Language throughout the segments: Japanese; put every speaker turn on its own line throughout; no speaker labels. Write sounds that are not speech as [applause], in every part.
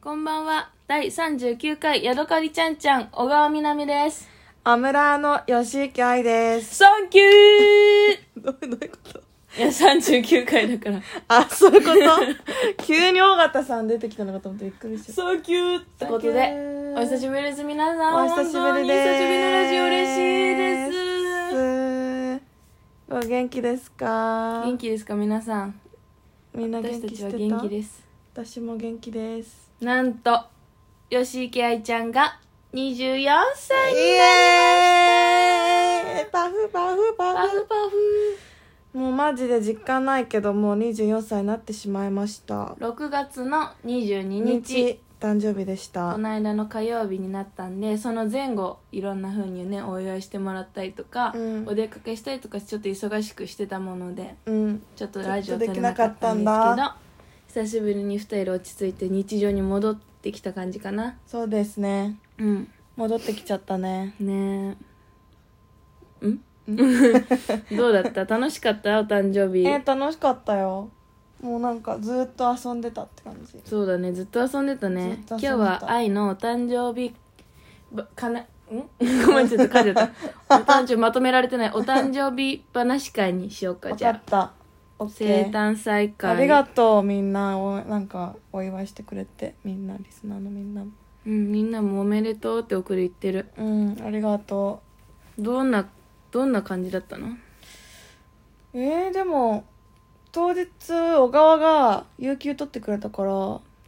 こんばんは。第39回ヤドカリちゃんちゃん、小川みなみです。
アムラーの吉行愛です。
サンキュー
どうどういうこと
いや、39回だから。
あ、そういう [laughs] こと急に尾形さん出てきたのかと思ってびっくりした。
サンキューってこと
サ
で
ンキュ、ー
お久しぶりです、皆さ
お
ん。
久しぶ
本当に
りです。
久しぶりのラジオ嬉しいです。
す。お元気ですか
元気ですか、皆さん。
みんな
私
元
た
気
ち
し
は
てた
元気です。
私も元気です。
なんと、吉池愛ちゃんが24
イ
歳
エーイパフパフ
パ
パ
フ
フ。
パフ
もうマジで実感ないけど、もう24歳になってしまいました。
6月の22日、
誕生日でした
こ。の間の火曜日になったんで、その前後、いろんな風にね、お祝いしてもらったりとか、
うん
お出かけしたりとか、ちょっと忙しくしてたもので、
うん。
ちょっとラジオ撮れなかったんですけ
ちょっとできな
ど、久しぶりに二人で落ち着いて日常に戻ってきた感じかな。
そうですね。
うん。
戻ってきちゃったね。
ねえ。ん [laughs] どうだった楽しかったお誕生日。
えー、楽しかったよもうなんかずーっと遊んでたって感じ
そうだねずっと遊んでたね
ずっと遊
今日
んでた
は愛のお誕生日ばかなん [laughs] ごめんちょっと噛んじゃったお誕生日まとめられてないお誕生日話会にしようか
分
じ
かっ
ゃあ
たオッ
生
ケー
誕祭会
ありがとうみんなおなんかお祝いしてくれてみんなリスナーのみんな
うん、みんなもおめでとうって送る言ってる
うんありがと
どんなどんな感じだったの
うえー、でも当日小川が有給取ってくれたから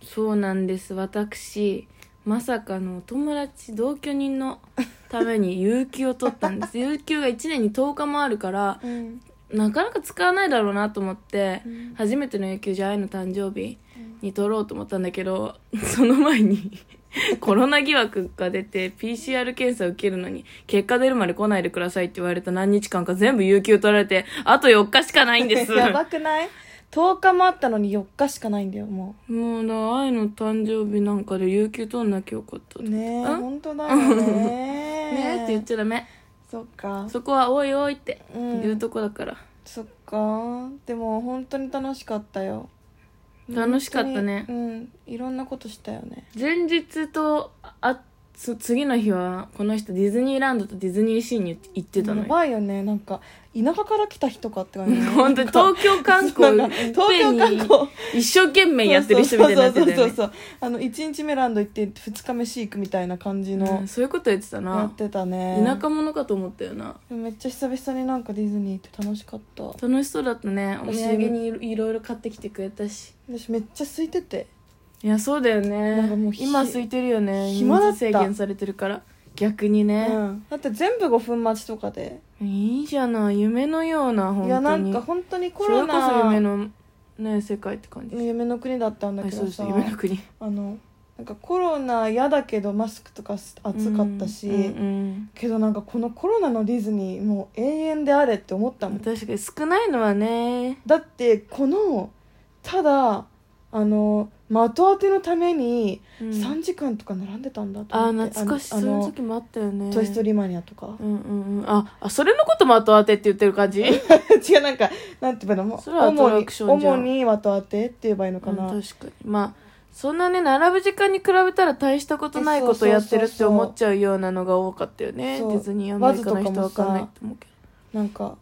そうなんです私まさかのお友達同居人のために有給を取ったんです
[laughs]
有給が1年に10日もあるから
うん
なかなか使わないだろうなと思って、
うん
初めての有給じゃ愛の誕生日に取ろうと思ったんだけど、 [laughs] その前に [laughs] コロナ疑惑が出て PCR 検査受けるのに結果出るまで来ないでくださいって言われた何日間か全部有給取られてあと4日しかないんです
[laughs] やばくない10日もあったのに4日しかないんだよも
もうな愛の誕生日なんかで有給取んなきゃよかった
うねえ
うん
本当だよね
[laughs] ねえって言っちゃダメ
そっか
そこは「おいおい」って
うん
言うとこだから、
そっかでも本当に楽しかったよ
楽しかったね
本当にうんいろんなことしたよね
前日とあつ次の日はこの人ディズニーランドとディズニーシーに行ってたの
や
よ
ばいよねなんか田舎から来た人かって感じ
本当に東京観光
なんか
いっ
東
ぺん
京
に
観光
一生懸命やってる人みたいになってた
そう
よ
そう
ね
そうそうあの1日目ランド行って2日目シークみたいな感じ
う
の
んそういうことやってた
や
な
ってたね
田舎者かと思ったよな
めっちゃ久々になんかディズニー行って楽しかった
楽しそうだったねお
楽
土
しい
産にいろいろ買ってきてくれたし
私めっちゃ空いてて
いやそうだよ
なんかも
ね
うひ
今空いてるよね
暇だっ
人数
た
制限されてるから逆にね、
うんだって全部5分待ちとかで
いいじゃない夢のような本当に
いやなんか本当にコ
それ
ロ
こ
ナ
そ夢のね世界って感じ
夢の国だったんだ
はい
け
そう
ど
です
さ
夢の国
あのなんかコロナ嫌だけどマスクとか暑かったし、
うんうん
けどなんかこのコロナのディズニーもう永遠であれって思った
う
も
ん
ん
確かに少ないのはね
だってこのただあの的当てのために
うん
3時間とか並んでたんだと
あ
思って、
ー懐かしい
あ
そ
の
の時もあったよ
「
ね
トイ・ストーリーマニア」とか
うんうんうんああそれのことも後当てって言ってる感じ、うん、
[laughs] 違うなんかなんて言えばいいの
それはアト
主
ラ
に
クションじゃん
主に的当てって言えばいいのか
確
な、
かにまあそんなね並ぶ時間に比べたら大したことないことやってるって思っちゃうようなのが多かったよねデ
そう
ィズニーアメリカの人は
バズ
分
と
か
か
ん
も
な
さ
いと思うけ
なんか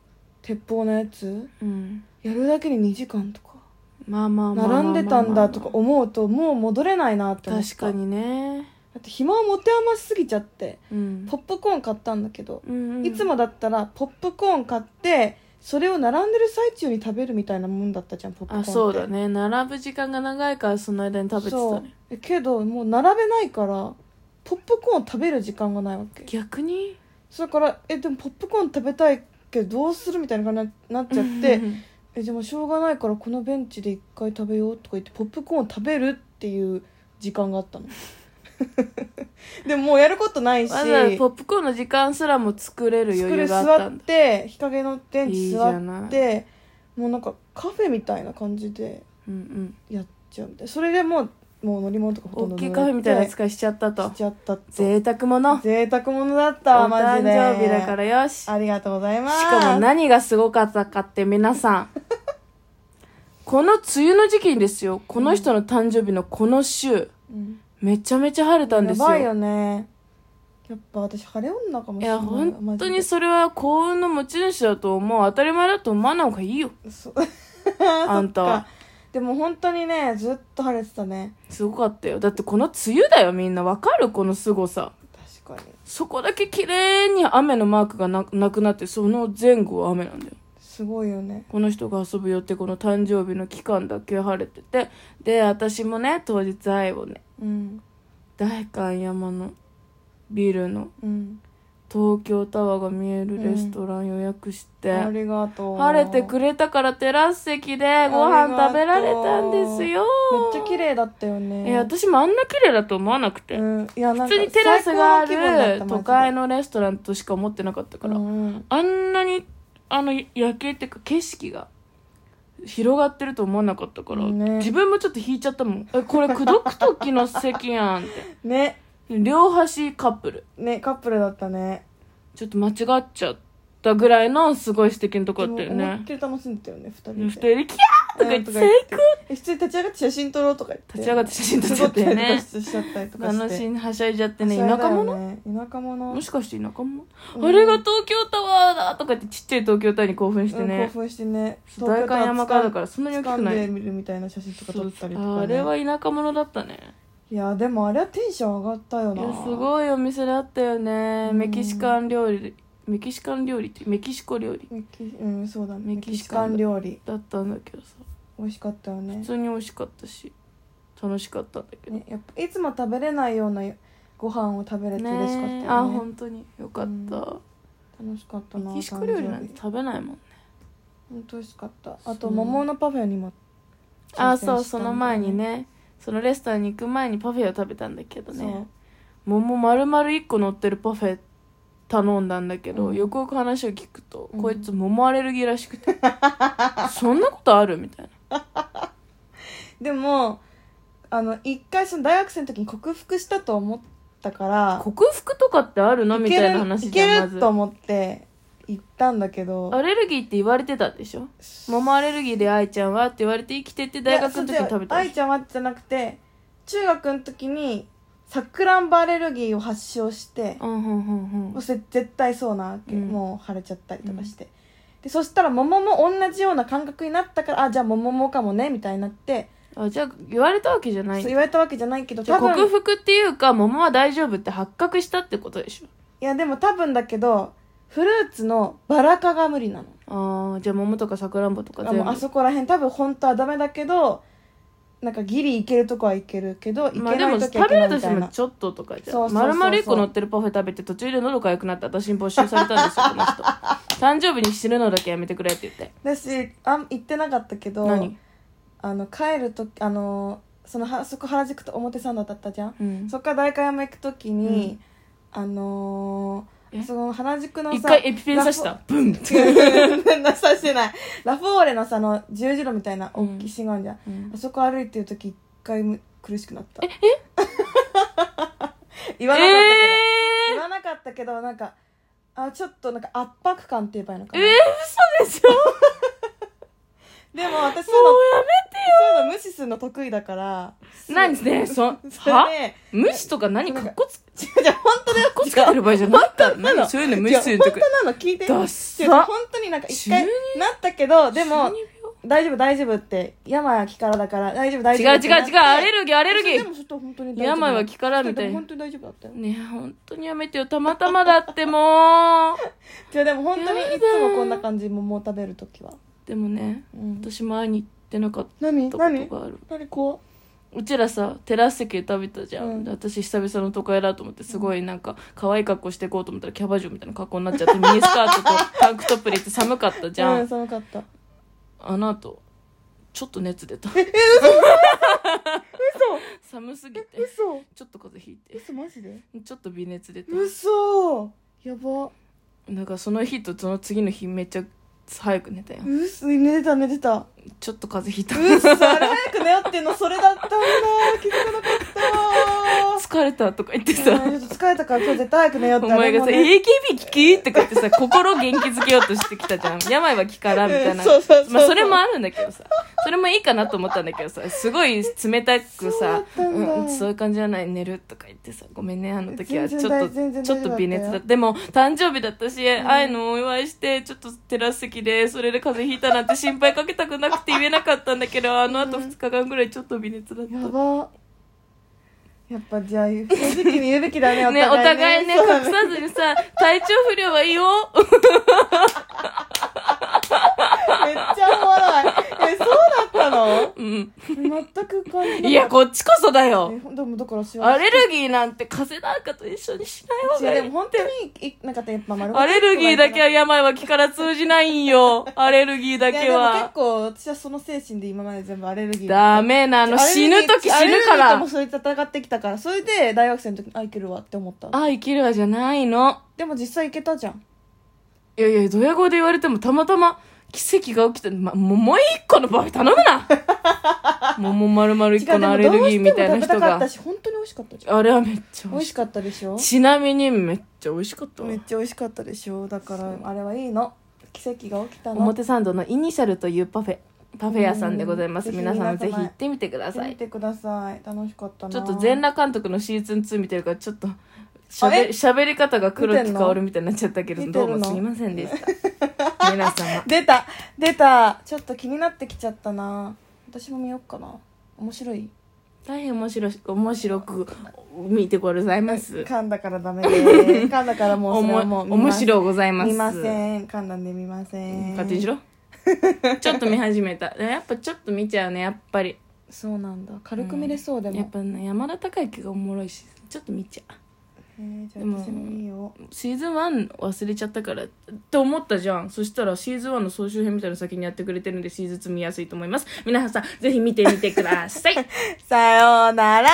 鉄砲のやつ
どうん
やるだけに2時間とか
まあまあまあまあ
並んでたんだとか
まあま
思うともう戻れないなって
あま
思
あ
った
確かにね
だって暇を持て余しすぎちゃって
うん
ポップコーン買ったんだけど、
うんうん
いつもだったらポップコーン買ってそれを並んでる最中に食べるみたいなもんだったじゃんポップコーン
あ
って
そうだね並ぶ時間が長いからその間に食べて
そ
た
う
ね
えけどもう並べないからポップコーン食べる時間がないわけ
逆に
それからえでもポップコーン食べたいけどどうするみたいな感じになっちゃってえでもしょうがないからこのベンチで一回食べようとか言ってポップコーン食べるっていう時間があったの [laughs] でももうやることない
[laughs]
し
わざわざポップコーンの時間すらも作れる余
作
裕
る
があっ
座
たん
っ
だ
て日陰のベン
いい
チ
じ
座
ゃ
っ
ない
てもうなんかカフェみたいな感じで
うん
やっちゃうみたいそれでもうもう乗り物とかほ
うん大
とんど
きい
乗
カフェみたいな
し
扱いしちゃったと
ちゃったと
贅沢者
贅沢者だっ
お
たマ
誕
ジで
生日だからよしし
ありがとうございます
かも何がすごかったかって皆さん [laughs] この梅雨の時期にですよこの人の誕生日のこの週
うん
めちゃめちゃ晴れたんですよ
やばいよねやっぱ私晴れ女かも
い
しれない
や本当に
そ
それは幸運の持ち主だと思う当たり前だと思わない方がいいよ
そ [laughs]
あんた
そっ
は
かでも本当にねずっと晴れてたね
すごかったよだってこの梅雨だよみんなわかるこの凄さ
確かに
そこだけ綺麗に雨のマークがななくなってその前後は雨なんだよ
すごいよね
この人が遊ぶよってこの誕生日の期間だけ晴れててで私もね当日愛をね
うん
代官山のビルの
うん
東京タワーが見えるレストラン予約して、
ありがとう
晴れてく
れ
れたからテラス席でご飯食べられたんですよ
めっちゃ綺麗だったよね
いや私もあんな綺麗だと思わなくて、
うん、いやなん
普通
か
にテラスがあ
最高の気分だっ
る
たマジで
都会のレストランとしか思ってなかったから、
うんうん
あんなにあの夜景っていうか景色が広がってると思わなかったから、
ね
自分もちょっと引いちゃったもんえこれ口説く時の席やんって
ね
両端カップル
ねカップルだったね
ちょっと間違っちゃったぐらいのすごい素敵なとこだったよ
でも思い
ね
っきり楽しんでたよね二人で
二人で「キャー!」とか言って最高
え普通に立ち上がって写真撮ろうとか言って
立ち上がって写真撮っちゃったよね
撮ったりとかしちゃったりとかして
楽しんはしゃいじゃってね
それだよ
田舎者
ね田舎者
もしかして田舎者、
うん
あれが東京タワーだとか言ってちっちゃい東京タワーに興奮して
うん興
ね、
奮してね
大観山からだ
ら
からそんなに大き
掴
く
ん
ない
でみるみたいな写真とか撮ったりとか、ね、
あれはい田舎者だったね
やでもあれはテンション上がったよ
い
な
やすごいお店だったよね、
うん
メキシカン料理メキシカン料理ってメキシコ料理
メキうんそうだね
メ
メ
キ
キ
シ
シ
カ
カ
ン
ン料理
だったんだけどさ
美味しかったよね
普通に美味しかったし楽しかったんだけど
ねやっぱいつも食べれないようなご飯を食べれて嬉しかったよね
あ本当によかった、
楽しかったな
メキシコ料理なん
誕生
て
日
食べないもんね
本当美味しかったあ
そ
と
う
桃のパフェにも
あ
挑戦したんだよね
そうその前にねそのレストランに行く前にパフェを食べたんだけど
そ
ね
う
桃丸々1個乗ってるパフェ頼んだんだけど、
うん
よくよく話を聞くと、
うん
こいつ桃アレルギーらしく
[laughs]
てそんなことあるみたい
でもあの一回その大学生の時に克服したと思ったか
な
ら
克服とかってあるのみたいな話
い
じ
け
ゃんま
る
ず
と思って行ったんだけど
アレルギーって言われてたでしょ桃アレルギーで愛ちゃんはって言われて生きてって大学の時に食べた
いやそう
で
愛
し
ちゃんはじゃなくて中学の時にさくらんぼアレルギーを発症して
ょうんうんうんう
もうんそれ絶対そうなわけ、
うん
もう腫れちゃったりとかして、でそしたら桃も同じような感覚になったからあじゃあ桃もかもねみたいになって、
あじゃあ言われたわけじゃない
そう言われたわけじゃないけど
じゃあ
多分
克服っていうか桃は大丈夫って発覚したってことでしょ
いやでも多分だけどフルーツのバラ科が無理なの
あーじゃあ桃とかさくらんぼとか
あ
全
もう
部
あそこら辺多分本当はダメだけどなんかギリいけるとこはいけるけどいけ
まあで
ない
も
時
食
はいけ
べる
ない
とし
み
て
たい
も
な
ちょっととかじゃ
そ
ん
うそうそう
丸々
そう
1個乗ってるパフェ食べて途中で喉痒くなって私に没収されたんですよこの
[laughs]
人誕生日に死ぬのだけやめてくれって言って
だしあん行ってなかったけど
何
あの帰るとあのそのはそこ原宿と表参道だったじゃん、
うん
そっから代官山行く時に、あのー
え
その原宿のさ
一回エピペン刺し
ラ
たブンっ
フ
て、
[laughs] ォ刺してないラフォーレのさあの十字路みたいな大きい信号あるじゃん、
うん
あそこ歩いてる時一回む苦しくなった
ええ
[laughs] 言わなかったけど、言
え
わなかったけどなんかあちょっとなんか圧迫感って言えばいいのか
ー、えー、
な、
嘘でしょも
でも私そういう
うや
のそういうの無視するの得意だから
め何ねそは
それ
無視とか何かっこつ
で違う違う本当だよ
こつけてる場合じゃなかった何そういうの無視するとか
本当なの聞いて
ダッサ
違う本当になんか一回
中
なったけどでも
12
大丈夫大丈夫って病は気からだから大丈夫大
違う
丈夫
違う違うアレルギーア
ア
レルギ
で
ー
もちょっと本当に大丈夫
病は気からみた
で
い
も
な
本当に大丈夫だったよ
ねえ本当にやめてよたまたまだってもう
じゃあでも本当に
やだ
いつもこんな感じ桃を食べるときは、
でもね
うん、
私前に行ってなかった
何
こと
何
がある
何こ
うちらさテラス席で食べたじゃん、
うん
で私久々の都会だと思ってすごいなんか可愛い格好していこうと思ったらキャバ嬢みたいな格好になっちゃってミニスカートとタンクトップで行って寒かった
う
じゃん、
うん、寒かった
あの後ちょっと熱出た
[laughs] ええ
寒すぎ
嘘
て
嘘
ちょっと風邪ひい
嘘マジで
てちょっと微熱出た
嘘やば
なんかその日とその次の日めっちゃ早く寝たよ
嘘寝てた寝てた
ちょっと風邪ひいた
嘘あれ早く寝ようっていうのそれだったんだ気づかなかっ
[laughs]
た
疲れれたとか言って
ちょ
さ、
っと疲れたから今日絶対早く寝ようっ
お
て
前がさ、
あれもね
AKB 聞きとか言ってさ、心元気づけようとしてきたじゃん。病は気からみたいな。
そうそうそうそう
まあ、それもあるんだけどさ、それもいいかなと思ったんだけどさ、すごい冷たく
そうだ
さ
っ、たんだ
うん、そういう感じじゃない、寝るとか言ってさ、ごめんね、あの時は。ちょっ
全然
と、
大全然
ちょっと微熱だっ。
大丈夫だったた
でも、誕生日だったし、愛のお祝いして、ちょっとテラス席で、それで風邪ひいたなんて心配かけたくなくて言えなかったんだけど、あの後
うん
2日間ぐらいちょっと微熱だっ
や
た。
ばやっぱじゃあ正直に言うべきだね
ね、お互いね、
そうだ
隠さずにさ、体調不良はいいよ。
めっちゃおもろい。え、そうだったの
うん。
全く感じない [laughs]
や、こっちこそだよ。
でもだから幸せ
アレルギーなんて風邪なんかと一緒にしない方が
で
い
も
い。
本当にいなんかやっぱ丸ごと
アレルギーだけ
は
は病は気から通じないん
[laughs]
よ。アレルギーだ
いや
け
でも結
は。
構私はその精神で今まで全部アレルギー
ダメな
アレ
の。
ルギー
死ぬとき死ぬか
アレルギーとも
ら。
それで戦ってきたからそれで大学生の時にあいけるわって思ったの
あ、生きるわじゃないの。
でも実際いけたじゃん
いやいや、ドヤ顔で言われてもたまたま奇跡が起きた。ま、もうもう一個の場合頼む
[laughs]
なもうもう丸々一個のアレルギーみたいな
違うでもどうしても食べ
人
たかっ
が
た。し本当に美味しかったじゃん
あれはめっちゃ美
美
味
味
し
し
い。
かったでしょ
ちなみにめっちゃ美味しかったわ
めっ。ちゃ美味しかったでしょだか
そ
ら
う
あれはいいの奇跡が起きたの
表参道のイニシャルというパフェパフェ屋さんでございます
うん
皆さん
ぜ
ぜ
ひ
ひ行ってみてくださ
見
い
てください楽しかったな
ちょっと全裸監督のシーズン2見てるからちょっとしゃ
あ
べ
え
しゃべり方が黒
見て
木
んの
薫みたいになっちゃったけど
見て
ど
る
う
の
もすみませんでした皆様
出た出たちょっと気になってきちゃったな私も見よっかな面白い
大変面白し面白く見てございます
噛んだからダ
[laughs]
メで噛んだからもう
お
それ
も
はもう見
面
ます
白うございます
見ません噛んだんで見ません
勝手にしろちょっと見始めたやっぱちょっと見ちゃうねやっぱり
そうなんだ軽く見れそうでも、
やっぱ、ね、山田孝之がおもろいしちょっと見ちゃう
えーじ
で
ゃあ
も
私もいいよ
シーズン1忘れちゃったからって思ったじゃんそしたらシーズン1の総集編みたいなの先にやってくれてるんでシーズン2見やすいと思います皆さんぜひ見てみてください
さようなら